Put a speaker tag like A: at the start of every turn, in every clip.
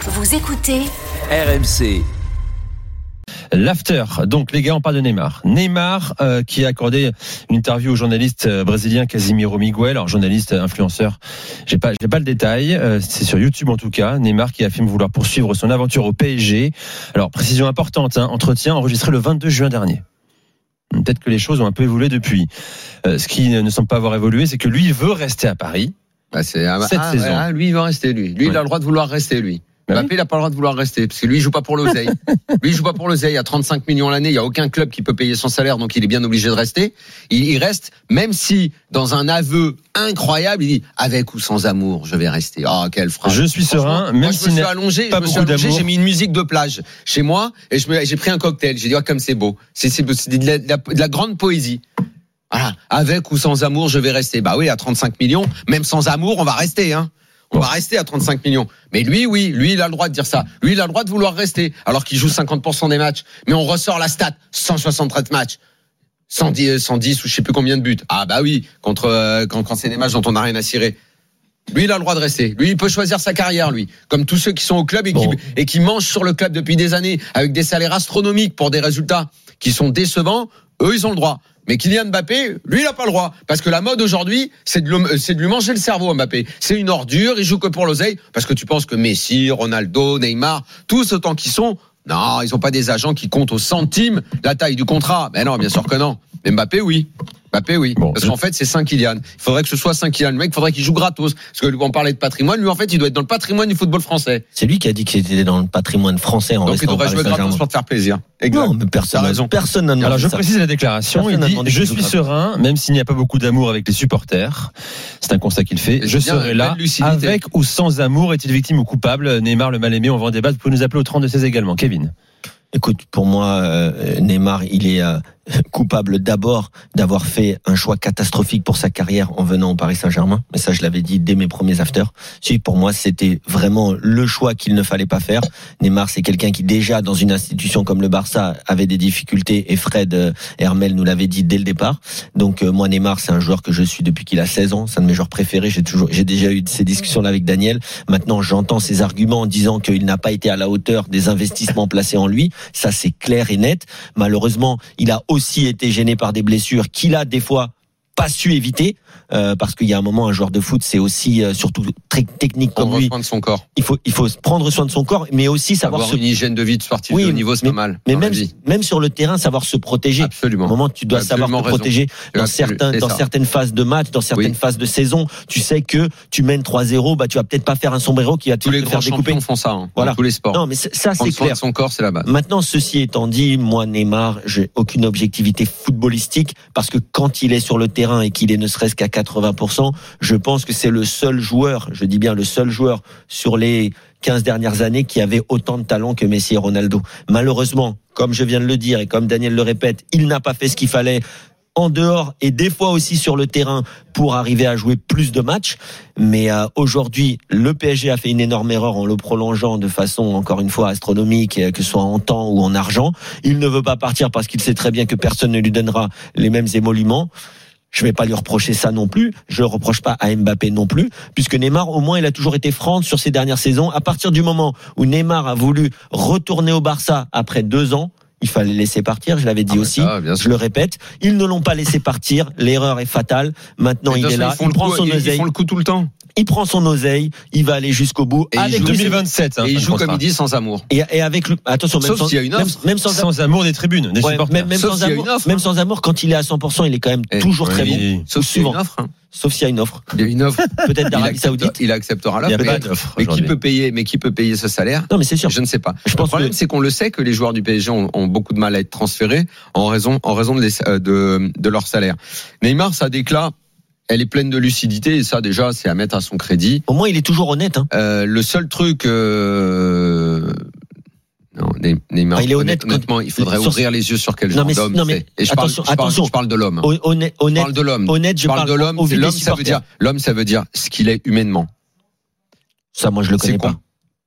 A: Vous écoutez
B: RMC.
C: L'after. Donc les gars, on parle de Neymar. Neymar euh, qui a accordé une interview au journaliste euh, brésilien Casimiro Miguel, alors journaliste euh, influenceur. J'ai pas, j'ai pas le détail. euh, c'est sur YouTube en tout cas. Neymar qui affirme vouloir poursuivre son aventure au PSG. Alors précision importante. hein, entretien enregistré le 22 juin dernier. Peut-être que les choses ont un peu évolué depuis. Euh, ce qui ne semble pas avoir évolué, c'est que lui il veut rester à Paris.
D: Bah, c'est un-
C: Cette
D: ah,
C: saison.
D: ouais, ah, lui, il va rester, lui. Lui, il
C: Ouais.
D: a le droit de vouloir rester, lui.
C: Bah
D: Mbappé, il a pas le droit de vouloir rester, parce que lui, il joue pas pour l'oseille. lui, il joue pas pour l'oseille. À 35 millions l'année, il y a aucun club qui peut payer son salaire, donc il est bien obligé de rester. Il, il reste, même si, dans un aveu incroyable, il dit, avec ou sans amour, je vais rester. Ah, quelle phrase.
C: Je suis
D: Franchement,
C: serein,
D: moi,
C: même
D: je
C: si
D: me suis
C: Ne-
D: allongé,
C: pas
D: je me suis
C: beaucoup
D: allongé,
C: d'amour.
D: j'ai mis une musique de plage chez moi et je me- j'ai pris un cocktail. J'ai dit Ah, comme c'est beau, c'est c'est- c'est de, la- de la- de la grande poésie. Voilà. Avec ou sans amour, je vais rester. Bah oui, à 35 millions, même sans amour, on va rester. Hein. On va rester à 35 millions. Mais lui, oui, lui, il a le droit de dire ça. Lui, il a le droit de vouloir rester, alors qu'il joue 50% des matchs. Mais on ressort la stat 173 matchs. 110, 110 ou je sais plus combien de buts. Ah bah oui, contre euh, quand, quand c'est des matchs dont on n'a rien à cirer. Lui, il a le droit de rester. Lui, il peut choisir sa carrière, lui. Comme tous ceux qui sont au club et,
C: Bon.
D: qui, et qui mangent sur le club depuis des années, avec des salaires astronomiques pour des résultats qui sont décevants, eux, ils ont le droit. Mais Kylian Mbappé, lui, il n'a pas le droit. Parce que la mode aujourd'hui, c'est de, le- c'est de lui manger le cerveau, Mbappé. C'est une ordure, il joue que pour l'oseille. Parce que tu penses que Messi, Ronaldo, Neymar, tous autant qu'ils sont, non, ils n'ont pas des agents qui comptent au centime la taille du contrat. Mais non, bien sûr que non. Mais Mbappé, oui. Mbappé, oui.
C: Bon,
D: Parce
C: je-
D: qu'en fait, c'est 5 Kylian. Il faudrait que ce soit 5 Kylian. Le mec, il faudrait qu'il joue gratos. Parce que lui, on parlait de patrimoine. Lui, en fait, il doit être dans le patrimoine du football français.
E: C'est lui qui a dit qu'il était dans le patrimoine français en
D: Donc, il
E: restant au
D: devrait
E: Paris
D: jouer gratos
E: Saint-Germain.
D: pour te faire plaisir. Exact.
E: Non, mais personne,
D: T'as raison.
E: personne n'a demandé
C: Alors je
E: ça.
C: précise la déclaration.
E: Personne n'a
C: il dit
E: demandé
C: Je
E: qu'il
C: suis
E: soit
C: serein, même s'il n'y a pas beaucoup d'amour avec les supporters. C'est un constat qu'il fait.
D: Et
C: Je
D: c'est bien,
C: serai
D: belle
C: là,
D: lucidité.
C: avec ou sans amour. Est-il victime ou coupable Neymar, le mal-aimé, on va en débattre. Vous pouvez nous appeler au 32-16 également. Kevin.
E: Écoute, pour moi, euh, Neymar, il est euh, coupable d'abord d'avoir fait un choix catastrophique pour sa carrière en venant au Paris Saint-Germain. Mais ça, je l'avais dit dès mes premiers afters. Si, pour moi, c'était vraiment le choix qu'il ne fallait pas faire. Neymar, c'est quelqu'un qui, déjà, dans une institution comme le Barça, avait des difficultés et Fred euh, Hermel nous l'avait dit dès le départ. Donc, euh, moi, Neymar, c'est un joueur que je suis depuis qu'il a 16 ans. C'est un de mes joueurs préférés. J'ai toujours, j'ai déjà eu ces discussions-là avec Daniel. Maintenant, j'entends ses arguments en disant qu'il n'a pas été à la hauteur des investissements placés en lui. Ça, c'est clair et net. Malheureusement, il a aussi été gêné par des blessures qu'il a des fois pas su éviter euh, parce qu'il y a un moment un joueur de foot c'est aussi euh, surtout très technique comme
D: Prendre
E: lui
D: soin de son corps.
E: il faut il faut prendre soin de son corps mais aussi savoir
D: Avoir
E: se
D: une hygiène de vie de sportif
E: Oui,
D: de haut niveau, c'est pas mal.
E: mais
D: dans la
E: même
D: vie.
E: même sur le terrain savoir se protéger au
D: Absolument.
E: moment tu dois
D: T'as
E: savoir te
D: absolument raison.
E: protéger dans
D: Absolu-
E: certains
D: c'est
E: dans
D: ça.
E: certaines phases de match dans certaines
D: Oui.
E: phases de saison tu sais que tu mènes 3-0 bah tu vas peut-être pas faire un sombrero qui va te
D: Tous les
E: faire
D: grands
E: découper
D: champions font ça. hein,
E: Voilà.
D: Dans tous les sports.
E: non mais c'est- ça c'est
D: Prendre soin
E: clair
D: de son corps, c'est la base.
E: Bah, Maintenant, ceci étant dit, moi, Neymar, j'ai aucune objectivité footballistique parce que quand il est sur le terrain et qu'il est ne serait-ce qu'à 80%, je pense que c'est le seul joueur, je dis bien le seul joueur sur les 15 dernières années qui avait autant de talent que Messi et Ronaldo. Malheureusement, comme je viens de le dire et comme Daniel le répète, il n'a pas fait ce qu'il fallait en dehors et des fois aussi sur le terrain pour arriver à jouer plus de matchs. Mais euh, aujourd'hui, le PSG a fait une énorme erreur en le prolongeant de façon, encore une fois, astronomique, euh, que ce soit en temps ou en argent. Il ne veut pas partir parce qu'il sait très bien que personne ne lui donnera les mêmes émoluments. Je vais pas lui reprocher ça non plus. Je le reproche pas à Mbappé non plus, puisque Neymar, au moins, il a toujours été franc sur ces dernières saisons. À partir du moment où Neymar a voulu retourner au Barça après deux ans, il fallait le laisser partir. Je l'avais dit
D: Ah, mais
E: aussi.
D: ça, bien sûr.
E: Je le répète, ils ne l'ont pas laissé partir. L'erreur est fatale. Maintenant,
D: Mais de
E: il
D: toute
E: est
D: façon, Eh ils
E: là.
D: font
E: Il
D: le
E: prend
D: coup-
E: son
D: ils- ils
E: oseille.
D: font le coup tout le temps.
E: Il prend son oseille. Il va aller jusqu'au bout.
D: Et il
E: avec
D: joue
E: lui, c'est-
C: 2027. hein,
D: Et
C: fin
D: il
C: de
D: joue comme
C: contrat.
D: il dit sans amour.
E: et, et avec le, attention, même
D: Sauf
E: sans,
D: s'il y a une
E: même,
D: offre.
E: même sans,
C: Sans amour des tribunes, des
E: ouais,
C: supporters.
E: même, même
D: Sauf
E: sans
D: s'il y a
E: amour,
D: une offre, hein.
E: même sans amour, quand il est à 100%, il est quand même
D: Eh,
E: toujours très bon.
C: Oui,
D: Sauf s'il y a
E: Souvent.
D: une offre. hein.
E: Sauf s'il y a une offre,
D: Il y a une offre.
E: peut-être
D: Il
E: d'Arabie
D: accepte-
E: Saoudite.
D: Il acceptera
C: Il n'y
D: l'offre.
C: a pas
D: Mais,
C: d'offre.
D: mais qui
C: aujourd'hui.
D: peut payer Mais qui peut payer ce salaire
E: Non, mais c'est sûr.
D: Je ne sais pas.
E: Je
D: le
E: pense
D: problème,
E: que-
D: c'est qu'on le sait que les joueurs du PSG ont, ont beaucoup de mal à être transférés en raison, en raison de, les- euh, de, de leur salaire. Neymar, ça déclare, elle est pleine de lucidité et ça déjà, c'est à mettre à son crédit.
E: Au moins, il est toujours honnête. hein.
D: Euh, le seul truc. euh, Non, Ne- Neymar,
E: Ah, il est honnête quand-
D: honnêtement, il faudrait
E: sur-
D: ouvrir les yeux sur quel
E: Non,
D: genre
E: mais-
D: d'homme
E: non, mais
D: c'est. Et je parle,
E: attention,
D: je parle-
E: attention.
D: je parle de l'homme.
E: Hon- Honnête,
D: Je
E: honnête,
D: parle de l'homme.
E: honnête,
D: Je
E: je
D: parle de l'homme.
E: au
D: c'est
E: vu des
D: L'homme, ça veut
E: supporters.
D: dire, l'homme, ça veut dire ce qu'il est humainement.
E: Ça, moi, je le
D: C'est
E: connais
D: con.
E: pas.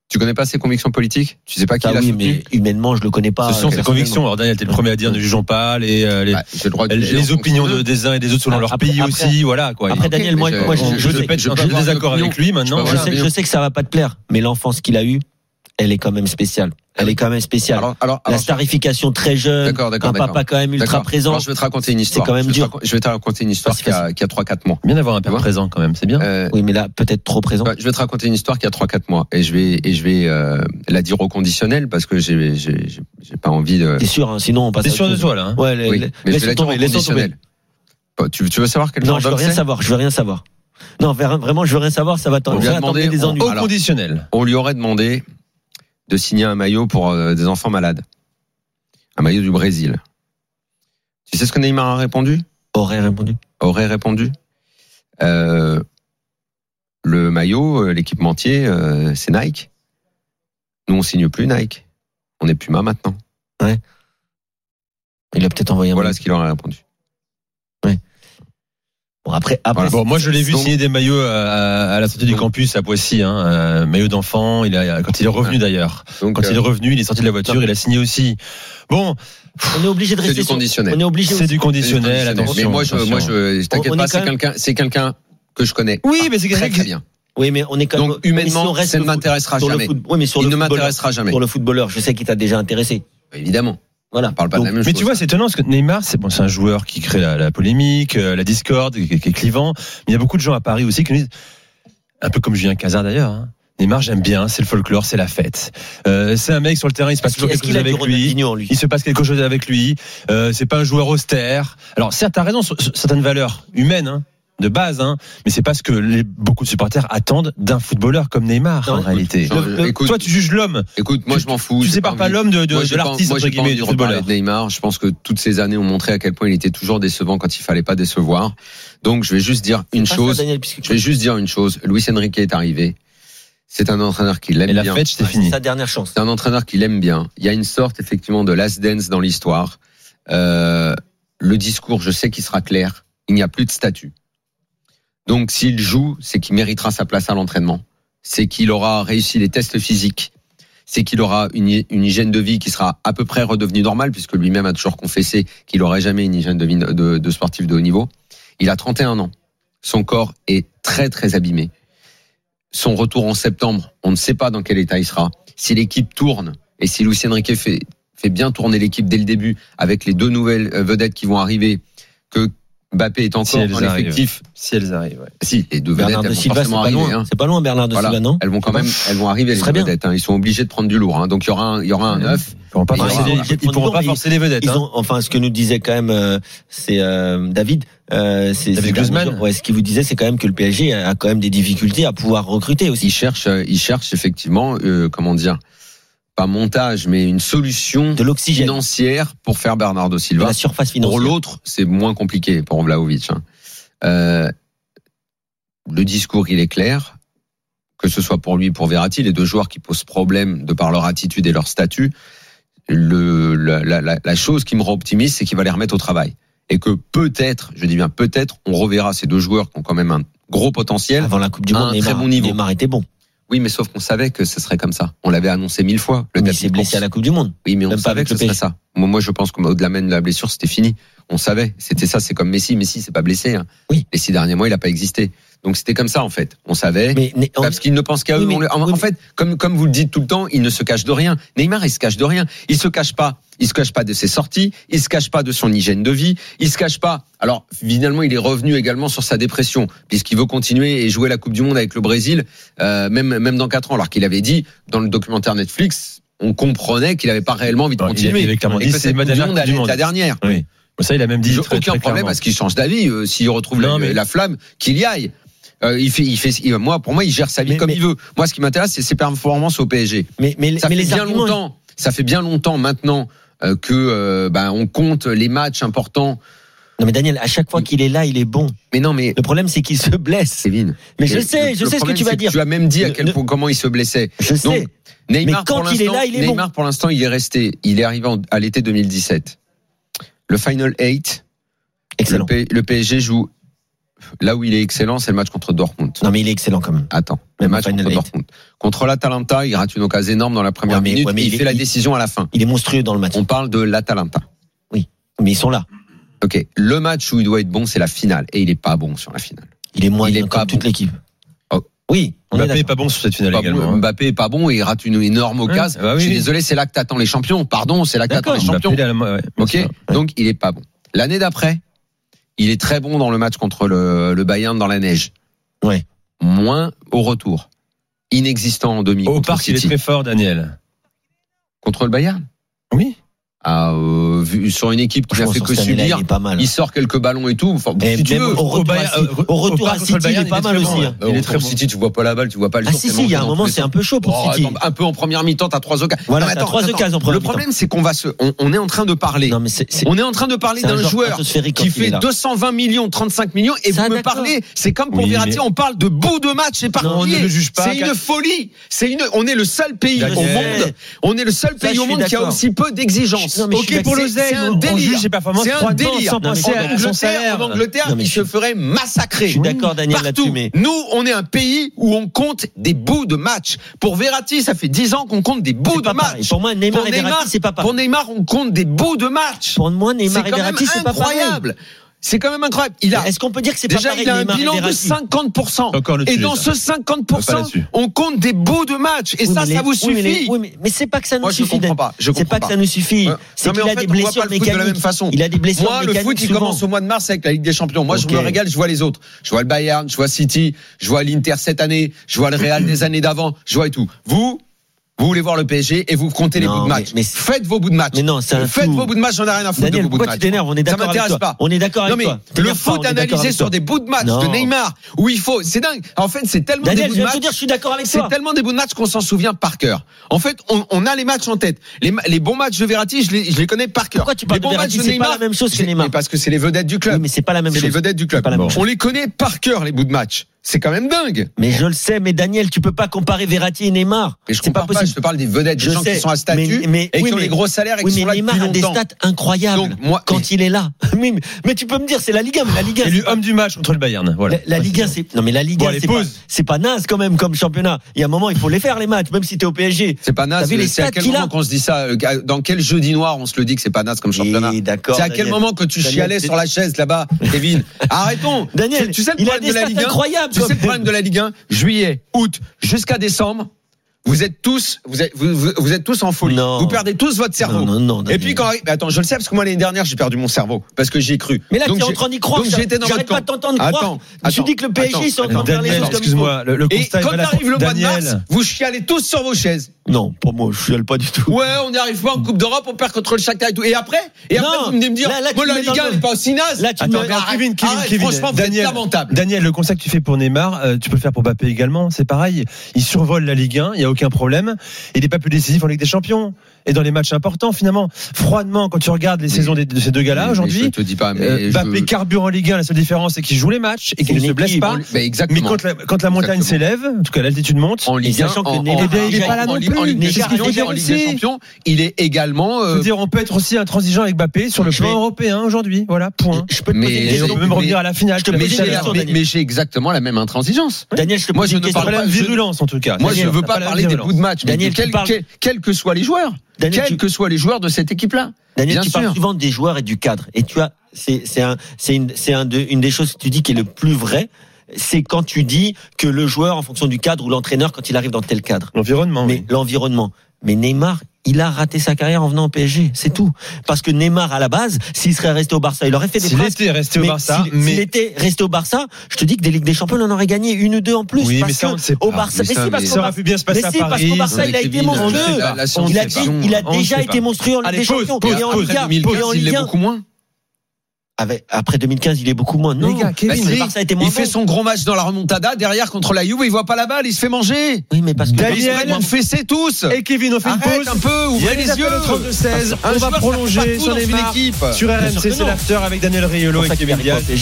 D: Tu connais pas ses convictions politiques Tu sais pas qui
E: Ça,
D: l'a
E: oui,
D: soutenu
E: mais humainement, je le connais pas.
C: Ce sont
E: euh,
C: ses
E: personnellement.
C: convictions. Alors Daniel, t'es le premier à dire ne jugeons pas les, euh, les,
D: Bah, j'ai le droit de
C: les-
D: juger en
C: les
D: fonction
C: opinions
D: d'eux.
C: de- des uns et des autres selon leur
E: Après-
C: pays
E: après-
C: aussi. Voilà quoi.
E: Après,
D: Ok,
E: Daniel, moi,
D: mais
E: moi,
D: je-
E: je,
C: je
E: je
C: ne
E: sais-
C: peux être
D: je
C: en
D: peux avoir une
C: désaccord avec
D: opinion.
C: lui maintenant.
D: peux
E: je
D: avoir
C: voilà.
E: sais, je sais que ça va pas te plaire, mais l'enfance qu'il a eue, elle est quand même spéciale. Elle est quand même spéciale.
D: Alors, alors,
E: la
D: alors,
E: starification très jeune,
D: D'accord, d'accord,
E: un
D: d'accord.
E: papa quand même ultra
D: D'accord.
E: présent.
D: Alors, je vais te raconter une histoire.
E: quand même
D: je vais te
E: dur.
D: racon- Je vais te raconter une histoire
E: Pas si
D: qui a, qui a 3-4 mois.
C: Bien d'avoir un père
D: Tu vois
C: présent quand même, c'est bien.
D: Euh,
E: Oui, mais là peut-être trop présent.
D: bah, je vais te raconter une histoire qui a 3-4 mois et je vais, et je vais euh, la dire au conditionnel parce que j'ai j'ai- j'ai- j'ai pas envie de.
E: T'es sûr hein, Sinon on passe.
C: T'es
E: à autre
C: sûr de
E: chose.
C: toi là hein
E: Ouais,
D: Oui,
E: la-
D: mais je
E: laisse
D: vais la dire
E: tomber,
D: au
E: laisse tomber.
D: conditionnel. Bah, Tu, tu veux savoir quel
E: Non,
D: genre
E: je veux
D: d'homme
E: rien
D: c'est
E: savoir. Je veux rien savoir. Non, ver- vraiment, je veux rien savoir. Ça va
D: On
E: t'en-
D: lui
E: ça
D: a
E: va t'emmener
D: demandé,
E: des
D: on-
E: ennuis.
C: hein Au
D: alors-
C: conditionnel.
D: On lui aurait demandé de signer un maillot pour euh, des enfants malades. Un maillot du Brésil. Tu sais ce que Neymar a répondu
E: Aurait Oh, répondu.
D: aurait répondu Euh, Le maillot, euh, l'équipementier, euh, c'est Nike. Nous, on signe plus Nike. On est Puma maintenant.
E: Il a peut-être envoyé un.
D: Voilà
E: mail.
D: ce qu'il aurait répondu.
E: Bon, après, après.
D: Voilà.
E: c'est-
C: Bon, moi je l'ai vu
D: Donc-
C: signer des maillots euh, à, à la sortie du
D: Donc-
C: campus à Poissy, hein, euh, maillot d'enfant. Il a quand il est revenu d'ailleurs.
D: Donc,
C: Quand
D: euh,
C: il est revenu, il est sorti de la voiture, il a signé aussi. Bon,
E: On est obligé de
D: c'est
E: rester.
D: du
E: sur-
D: conditionnel.
E: On est obligé.
C: c'est
E: aussi-
C: du conditionnel.
D: C'est du conditionnel.
C: Attention.
D: Mais moi, je,
C: attention.
D: moi, je, t'inquiète
E: On- on
D: pas,
E: est quand
D: c'est
E: même-
D: quelqu'un, c'est quelqu'un que je connais.
C: Oui, mais c'est
D: Ah, Très,
C: quelqu'un
D: très
C: qui.
D: bien.
E: Oui, mais on est quand même.
D: Donc,
E: mais si on
D: humainement,
E: reste
D: ça ne
E: le foot-
D: m'intéressera
E: sur le
D: jamais.
E: foot- Oui, mais sur
D: Il
E: le
D: ne
E: footballeur-
D: m'intéressera
C: hein.
D: jamais.
E: Sur le footballeur, je sais qu'il t'a déjà intéressé.
D: Évidemment.
E: Voilà.
D: On parle pas de
E: Donc,
D: la même
C: Mais
D: chose.
C: tu vois, c'est étonnant parce que Neymar, c'est bon, c'est un joueur qui crée la, la polémique, euh, la discorde, qui, qui est clivant. Mais il y a beaucoup de gens à Paris aussi qui nous disent, un peu comme Julien Cazard d'ailleurs. hein, Neymar, j'aime bien, c'est le folklore, c'est la fête. Euh, c'est un mec sur le terrain, il se passe
E: Est-ce qu'il-
C: toujours
E: est-ce
C: quelque
E: qu'il
C: chose
E: a du
C: avec lui.
E: Ronaldinho en lui
C: Il se passe quelque chose avec lui. Euh, c'est pas un joueur austère. Alors certes, t'as raison, sur- sur certaines valeurs humaines, hein, de base, hein, mais c'est pas ce que les, beaucoup de supporters attendent d'un footballeur comme Neymar
E: Non,
C: en
E: écoute,
C: réalité.
D: Jean-
C: Le- le-
D: écoute-
C: toi, tu juges l'homme.
D: Écoute, moi,
C: tu-
D: je m'en fous.
C: tu
D: j'ai
C: sépares pas
D: envie-
C: l'homme de, de-
D: Moi,
C: de
D: j'ai pas-
C: l'artiste
D: moi,
C: entre
D: j'ai pas
C: guillemets
D: envie
C: du
D: de reparler
C: footballeur.
D: de Neymar. Je pense que toutes ces années ont montré à quel point il était toujours décevant quand il fallait pas décevoir. Donc, je vais juste dire une
E: Pas ça,
D: chose.
E: Daniel, puisque-
D: Je vais juste dire une chose. Luis Enrique est arrivé. C'est un entraîneur qui l'aime
C: Et la
D: bien.
C: fête, c'est
E: Ouais,
C: fini.
E: C'est sa dernière chance.
D: C'est un entraîneur qui l'aime bien. Il y a une sorte effectivement de last dance dans l'histoire. Euh, le discours, je sais qu'il sera clair. Il n'y a plus de statut. Donc s'il joue, c'est qu'il méritera sa place à l'entraînement. C'est qu'il aura réussi les tests physiques. C'est qu'il aura une, hy- une hygiène de vie qui sera à peu près redevenue normale puisque lui-même a toujours confessé qu'il n'aurait jamais une hygiène de vie de, de sportif de haut niveau. Il a 31 ans. Son corps est très très abîmé. Son retour en septembre, on ne sait pas dans quel état il sera si l'équipe tourne et si Lucien Riquet fait, fait bien tourner l'équipe dès le début avec les deux nouvelles euh, vedettes qui vont arriver, que Mbappé est encore
C: Si elles
D: dans
C: arrivent.
D: l'effectif.
C: Si elles arrivent. ouais.
D: Si, les deux
E: Bernard
D: vedettes, elles
E: de
D: vont
E: Silva, c'est
D: forcément
E: pas
D: arriver.
E: loin.
D: hein.
E: C'est pas loin, Bernard de
D: Voilà.
E: Silva, non
D: Elles vont quand même, elles vont arriver
E: Ce
D: les
E: serait
D: deux
E: bien.
D: vedettes. hein. Ils sont obligés de prendre du lourd. hein. Donc il y aura un, il y aura un neuf.
C: Ils pourront pas
D: Et
C: forcer
D: il y aura-
C: les- ils pourront pas
E: ils-
C: forcer les vedettes.
E: Ils
C: hein.
E: ont, enfin, ce que nous disait quand même, euh, c'est euh, David. Euh, c'est-
C: David
E: c'est-
C: Guzman.
E: Ouais, ce qu'il vous disait, c'est quand même que le PSG a a quand même des difficultés à pouvoir recruter aussi.
D: Ils cherchent, euh, ils cherchent effectivement, euh, comment dire, pas montage, mais une solution
E: De l'oxygène,
D: financière pour faire Bernardo
E: de
D: Silva.
E: la surface
D: Pour
E: financière.
D: l'autre, c'est moins compliqué pour Vlahovic. hein. Euh, le discours, il est clair. Que ce soit pour lui, pour Verratti, les deux joueurs qui posent problème de par leur attitude et leur statut, le, la, la- la- la chose qui me rend optimiste, c'est qu'il va les remettre au travail. Et que peut-être, je dis bien peut-être, on reverra ces deux joueurs qui ont quand même un gros potentiel.
E: Avant la Coupe du
D: Un
E: Monde,
D: très
E: Neymar,
D: bon niveau.
E: Neymar était bon.
D: Oui, mais sauf qu'on savait que ce serait comme ça. On l'avait annoncé mille fois.
E: Mais il
D: tapis
E: s'est
D: de
E: blessé
D: course.
E: à la Coupe du Monde.
D: Oui, mais on
E: Même pas
D: savait que
E: avec
D: ce
E: le
D: serait
E: PSG.
D: ça. Moi, moi, je pense qu'au-delà même de la blessure, c'était fini. On savait. C'était ça. C'est comme Messi. Messi, c'est pas blessé. hein.
E: Oui.
D: Les six derniers mois, il a pas existé. Donc, c'était comme ça, en fait. On savait.
E: Mais mais-
D: Bah, Parce qu'il ne pense qu'à
E: Oui,
D: eux.
E: mais-
D: On le- en,
E: oui,
D: en
E: mais-
D: fait, comme, comme vous le dites tout le temps, il ne se cache de rien. Neymar, il se cache de rien. Il se cache pas. Il se cache pas de ses sorties. Il se cache pas de son hygiène de vie. Il se cache pas. Alors, finalement, il est revenu également sur sa dépression, puisqu'il veut continuer et jouer la Coupe du Monde avec le Brésil, euh, même, même dans quatre ans. Alors qu'il avait dit, dans le documentaire Netflix, on comprenait qu'il n'avait pas réellement envie de
C: Ouais, il
D: continuer.
C: avait clairement
D: Et
C: dit,
D: que
C: c'est
D: cette
C: ma
D: Coupe du
C: dernière
D: Monde
C: Coupe du
D: allait être
C: Monde.
D: la dernière.
C: Ça, il a même dit
D: J'ai
C: très,
D: aucun
C: très
D: problème
C: clairement.
D: à ce qu'il change d'avis. euh, S'il retrouve
C: Non,
D: la,
C: mais-
D: la flamme, qu'il y aille. Euh, il fait, il fait, il- moi, pour moi, il gère sa vie
E: Mais-
D: comme
E: mais-
D: il veut. Moi, ce qui m'intéresse, c'est ses performances au PSG.
E: mais, mais,
D: Ça
E: mais
D: fait
E: les
D: bien
E: arguments,
D: longtemps. Ça fait bien longtemps maintenant euh, que euh, bah, on compte les matchs importants.
E: Non mais Daniel, à chaque fois qu'il est là, il est bon.
D: Mais non, mais
E: Le problème, c'est qu'il se blesse.
D: Sévine.
E: Mais je
D: le-
E: sais,
D: le-
E: je
D: le
E: sais ce que
D: problème,
E: tu vas
D: c'est
E: dire.
D: Tu as même dit à
E: Ne-
D: quel
E: ne-
D: point comment il se blessait.
E: Je sais.
D: Neymar,
E: Mais quand
D: pour
E: il est
D: l'instant-
E: là, il est
D: Neymar, pour l'instant, il est resté. Il est arrivé en- à l'été 2017. Le Final 8, le,
E: Excellent.
D: P- le PSG joue là où il est excellent, c'est le match contre Dortmund.
E: Non mais il est excellent quand même.
D: Attends, le
E: Même
D: match
E: au Final
D: contre
E: Eight.
D: Dortmund. Contre l'Atalanta, il rate une occasion énorme dans la première
E: Ouais, mais-
D: minute
E: ouais, mais
D: et il,
E: il est-
D: fait la
E: il-
D: décision à la fin.
E: Il est monstrueux dans le match.
D: On parle de l'Atalanta.
E: Mais ils sont là.
D: Ok, le match où il doit être bon, c'est la finale et il est pas bon sur la finale.
E: Il est moins
D: Il est
E: bien
D: pas
E: comme toute
D: bon.
E: l'équipe.
D: Oh.
E: Oui, On est
C: Mbappé est
E: d'accord.
C: pas bon sur cette finale
D: Pas
C: également.
D: bon,
C: hein.
D: Mbappé est pas bon et il rate une énorme occasion.
C: bah oui.
D: Je suis désolé, c'est là que t'attends les champions. Pardon, c'est là que t'attends les
C: Mbappé,
D: champions.
C: il est allemand, ouais, bien
D: Ok,
C: sûr.
D: donc il est pas bon. L'année d'après, il est très bon dans le match contre le, le Bayern dans la neige.
E: Ouais.
D: Moins au retour, inexistant en demi
C: Au
D: contre
C: parc, il est
D: City.
C: très fort, Daniel.
D: contre le Bayern.
C: Oui.
D: Ah, euh, vu- sur une équipe qui n'a
E: Franchement,
D: fait
E: sur
D: que
E: cette année-là,
D: subir,
E: Il est pas mal.
D: il sort quelques ballons et tout. Enfin,
E: Et
D: si tu
E: même
D: veux.
E: au retour à City-
C: euh,
E: au retour à
C: parc contre
E: City,
C: le
E: il
C: Bayern,
E: est pas mal
C: très
E: aussi.
C: bon,
E: hein.
C: ouais. Il est très
D: pour
C: bon.
D: City, tu vois pas la balle, tu vois pas le
E: Ah
D: jour,
E: si
D: tellement
E: si, il y a un
D: en
E: moment
D: plus.
E: c'est un peu chaud pour
D: Oh,
E: City.
D: attends, un peu en première mi-temps, t'as trois occasions.
E: Voilà,
D: Non, mais
E: t'as
D: attends,
E: trois
D: attends.
E: occasions en première
D: Le
E: mi-temps.
D: problème, c'est qu'on va se, on, on est en train de parler.
E: Non mais c'est c'est-
D: On est en train de parler
E: c'est un
D: d'un joueur
E: stratosphérique
D: qui
E: quand il est
D: fait
E: là.
D: 220 millions, 35 millions, et
E: Ça,
D: vous me
E: d'accord.
D: parlez, c'est comme pour
C: Oui,
D: Verratti,
C: mais-
D: on parle de bout de match et
E: Non,
C: on ne le juge pas,
D: C'est une
C: car-
D: folie. C'est une, on est le seul pays
C: Daniel.
D: au monde, on est le seul
E: Ça,
D: pays
E: je
D: au
E: suis
D: monde qui a
E: d'accord.
D: aussi peu d'exigences.
E: Non, mais je suis
D: Ok,
E: d'accord.
D: pour le
C: C'est
D: c'est
C: un
D: un
C: délire.
D: délire.
C: C'est
D: C'est un
C: un délire.
D: délire.
C: Non, mais
D: En
C: c'est à son
D: Angleterre,
C: salaire.
D: en Angleterre,
E: Non, mais
D: il
E: je
D: se
E: suis-
D: ferait massacrer.
E: Je suis d'accord, Daniel, là-dessus,
D: Partout.
E: mais-
D: Nous, on est un pays où on compte des bouts de match. Pour Verratti, ça fait 10 ans qu'on compte des bouts
E: C'est
D: de
E: pas pareil.
D: match.
E: Pour moi Neymar
D: Pour
E: et
D: Neymar,
E: Verratti c'est pas
D: pour
E: pareil.
D: Neymar, on compte des bouts de match.
E: Pour moi
D: C'est
E: Neymar et
D: quand même
E: Verratti c'est pas pareil.
D: incroyable. C'est quand même incroyable. Il a
E: Est-ce qu'on peut dire que c'est pas
D: déjà
E: pareil
D: il a un
E: Neymar et
D: bilan de
E: Verratti
D: 50
C: Encore le
D: et
C: sujet,
D: dans
C: ça.
D: ce
C: Pas
D: 50
C: là-dessus.
D: on compte des bouts de match et
E: Oui,
D: ça ça
E: mais les-
D: vous
E: oui, mais les-
D: suffit.
E: oui, mais, mais c'est pas que ça nous
D: Moi je
E: suffit.
D: comprends
E: Dan.
D: pas, je
E: C'est
D: comprends
E: pas que
D: pas.
E: ça nous suffit.
D: Ouais.
E: C'est
D: Non, mais
E: qu'il
D: en
E: a
D: fait,
E: des
D: on voit
E: blessures
D: pas le foot de la même
E: mécaniques.
D: façon.
E: Il a des blessures
D: Moi, le
E: mécaniques
D: foot, il
E: souvent.
D: commence au mois de mars avec la Ligue des Champions. Moi,
E: Ok.
D: je me régale, je vois les autres. Je vois le Bayern, je vois City, je vois l'Inter cette année, je vois le Real des années d'avant, je vois et tout. Vous, vous voulez voir le PSG et vous comptez les
E: Non,
D: bouts de
E: mais-
D: match.
E: mais-
D: Faites vos bouts de match.
E: Mais non, c'est un
D: Faites
E: tout.
D: vos bouts de match, j'en ai rien à foutre de
E: Daniel,
D: vos bouts de
E: pourquoi
D: match.
E: tu t'énerves On est
D: Ça
E: d'accord avec
D: m'intéresse
E: toi.
D: pas.
E: On est d'accord
D: Non
E: avec
D: mais
E: toi.
D: le
E: T'énerves pas, on
D: foot
E: est d'accord
D: analysé
E: avec
D: sur
E: toi.
D: des bouts de match
E: Non.
D: de Neymar où il faut, c'est dingue. En fait, c'est tellement
E: Daniel,
D: des
E: je
D: bouts de
E: viens de
D: match.
E: te dire, je suis d'accord avec
D: C'est
E: toi.
D: tellement des bouts de match qu'on s'en souvient par cœur. En fait, on, on a les matchs en tête. Les, ma- les bons matchs de Verratti, je les, je les connais par cœur.
E: Pourquoi tu parles
D: les bons
E: de Verratti
D: matchs de
E: C'est pas
D: Neymar,
E: la même chose que
D: je les-
E: Neymar.
D: mais Parce que c'est les vedettes du
E: Oui,
D: club.
E: mais c'est pas la même
D: c'est les
E: chose.
D: vedettes du
E: C'est
D: club.
E: pas la même
D: On
E: chose.
D: les connaît par cœur les bouts de match. C'est quand même dingue.
E: Mais je le sais, mais Daniel, tu peux pas comparer Verratti et Neymar.
D: Mais je
E: C'est pas
D: comprends pas,
E: possible.
D: Je te parle des vedettes, des
E: Je
D: gens
E: sais,
D: qui sont à statut
E: mais- mais-
D: et
E: oui,
D: qui ont
E: mais-
D: des gros salaires et
E: Oui,
D: qui sont
E: mais
D: là depuis
E: Neymar a des
D: longtemps.
E: stats incroyables
D: Donc, moi-
E: quand il est là. Oui, mais, mais tu peux me dire, c'est la Ligue 1, mais la Ligue 1.
C: Élu
E: c'est pas-
C: homme du match contre le Bayern. Voilà.
E: La, la Ligue 1, c'est non mais la Ligue
C: Bon,
E: 1,
C: allez,
E: c'est pas,
C: pause.
E: c'est pas naze quand même comme championnat. Il y a un moment, il faut les faire les matchs, même si t'es au PSG.
D: C'est pas
E: T'as
D: naze.
E: vu les
D: C'est à
E: stats
D: quel
E: qu'il a
D: moment qu'on se dit ça euh, Dans quel jeudi noir on se le dit que c'est pas naze comme championnat
E: Oui, d'accord.
D: C'est à quel
E: Daniel.
D: moment que tu
E: Daniel,
D: chialais
E: c'est-
D: sur la chaise là-bas, Kevin Arrêtons.
E: Daniel,
D: tu, tu sais le
E: il a
D: problème de
E: des
D: la
E: stats
D: Ligue 1
E: incroyables.
D: Tu
E: quand
D: sais le
E: même.
D: problème de la Ligue 1 Juillet, août, jusqu'à décembre, vous êtes tous, vous êtes, vous, vous- vous êtes tous en folie.
E: Non.
D: Vous perdez tous votre cerveau.
E: Non, non, non,
D: Et
E: Daniel.
D: puis quand, mais attends, je le sais parce que moi l'année dernière j'ai perdu mon cerveau parce que j'y ai cru.
E: Mais là,
D: Donc,
E: tu es en
D: j'ai-
E: train d'y croire.
D: Donc
E: j'a-
D: j'étais dans
E: J'arrête
D: votre
E: pas
D: camp.
E: de t'entendre croire.
D: Attends,
E: tu
D: attends,
E: dis que le PSG, ils sont en train de faire les
C: Daniel,
E: choses comme ça.
C: excuse-moi, le, le
D: Et
C: constat est
D: quand
C: valable.
D: arrive le mois de
C: Daniel,
D: mars, vous chialez tous sur vos chaises.
E: Non, pour moi, je suis pas du tout.
D: Ouais, on n'y arrive pas en Coupe d'Europe, on perd contre le Shakhtar et tout. Et après Et
E: Non.
D: après, vous venez me dire,
E: Là- là, tu
D: moi,
E: me
D: la
E: mets
D: Ligue
E: dans
D: 1
E: le-
D: n'est pas aussi naze.
E: Là, tu
C: Attends,
E: me-
C: mais
E: Arrête,
C: Kevin, Kevin,
D: arrête,
C: Kevin.
D: franchement, vous êtes lamentable.
C: Daniel, le constat que tu fais pour Neymar, euh, tu peux le faire pour Mbappé également. C'est pareil. Il survole la Ligue 1, il n'y a aucun problème. Il n'est pas plus décisif en Ligue des Champions. Et dans les matchs importants, finalement, froidement, quand tu regardes les saisons des- de ces deux gars-là
D: Mais- mais
C: aujourd'hui,
D: Je te dis pas, mais.
C: euh,
D: je-
C: Mbappé carbure en Ligue 1, la seule différence, c'est qu'il joue les matchs et qu'il ne
E: C'est
C: se
E: une
C: blesse
E: équipe,
C: pas.
E: on
D: Ben,
C: Mais
D: exactement.
C: quand la, quand la montagne
D: Exactement.
C: s'élève, en tout cas l'altitude monte,
D: en Ligue
E: Et
D: 1,
E: sachant que
D: en,
E: Neymar-
D: en-
E: Eh ben, il est
D: en-
E: pas là
D: en-
C: non
D: en-
C: plus.
D: en Ligue des
E: Neymar,
D: Champions,
E: il est
D: en Ligue des
C: blessé.
D: Champions, il est également.
C: je
D: euh,
C: veux dire, on peut être aussi intransigeant avec Mbappé sur le
E: Je
C: plan
E: vais-
C: européen aujourd'hui. Voilà, point.
E: Je peux te poser
D: Mais-
E: une
C: Et Hein on peut
E: question.
C: même
D: mais-
C: revenir à la finale.
E: je te
C: que la
D: mais
E: pose une
D: j'ai
C: Michel-
E: question,
D: mais-
E: Daniel.
D: mais j'ai exactement la même intransigeance.
E: Daniel, je te
D: Moi,
E: pose
D: je
E: une
D: ne
E: question.
C: Pas
D: parle
C: la même
D: je-
C: virulence en tout cas.
D: Moi, je
E: Daniel,
D: ne veux
C: t'as
D: pas
C: pas la
D: parler des
C: virulence.
D: bouts de match, mais
E: Daniel,
D: quels
E: tu parles-
D: quels- quels que soient les joueurs,
E: Daniel,
D: quels
E: tu-
D: que soient les joueurs de cette équipe-là.
E: Daniel,
D: Bien
E: tu
D: sûr.
E: parles souvent des joueurs et du cadre. Et tu as, c'est, c'est un, c'est une, c'est un de, une des choses que tu dis qui est le plus vrai. C'est quand tu dis que le joueur, en fonction du cadre ou l'entraîneur, quand il arrive dans tel cadre.
C: L'environnement.
E: Mais
C: oui.
E: l'environnement. Mais Neymar, il a raté sa carrière en venant au PSG. C'est tout. Parce que Neymar, à la base, s'il serait resté au Barça, il aurait fait des
C: S'il
E: passes.
C: était resté au
E: Mais
C: Barça,
E: s'il- S'il
C: mais
E: était resté au Barça, je te dis que des Ligues des Champions, on en aurait gagné une ou deux en plus.
C: Oui, mais
E: parce
C: ça, on
E: que
C: ne sait pas.
E: Au Barça,
D: Mais
E: mais,
D: ça,
E: si, parce
D: mais
E: qu'au
C: ça aurait
E: Barça-
C: pu bien se passer
E: mais
C: à
E: si, parce
C: Paris.
E: qu'au Barça,
D: Non,
E: il a
D: mais
E: été
D: Kevin, on le
E: monstrueux.
D: sait pas. La science,
E: Il a,
D: on le sait
E: dit-
D: pas.
E: il a
C: On le
E: déjà
C: sait
E: été
C: pas.
E: monstrueux en Ligue
C: Allez,
E: des
C: pause,
E: Champions.
C: pause,
E: et en
C: pause.
E: Ligue 1. Et
D: 2015,
E: en
D: il
E: Ligue
D: est
E: 1.
D: beaucoup moins.
E: Avec- après 2015, il est beaucoup moins. Non,
C: Les gars, Kevin,
D: Bah, si,
E: le Barça était moins
D: il
E: bon.
D: fait son gros match dans la remontada, derrière contre la Juve, il voit pas la balle, il se fait manger.
E: Oui, mais parce que
D: Ils se
C: Daniel,
D: prennent fessés tous.
C: et Kevin, on fait une
D: Arrête
C: pause.
D: un peu,
C: Il y a
D: ouvrez
C: les
D: les
C: appels
D: yeux.
C: au 32 16. On
D: Un
C: va
D: joueur, ça fait pas
C: prolonger
D: tout
C: sur
D: dans une
C: Neymar
D: équipe.
C: sur
E: Bien
C: RMC.
E: sûr que
C: C'est
E: non.
C: l'after avec Daniel
E: C'est
C: Riolo
E: pour
C: et
E: ça qu'il
C: Kevin
E: arrive pas au
C: Diaz.
E: PSG.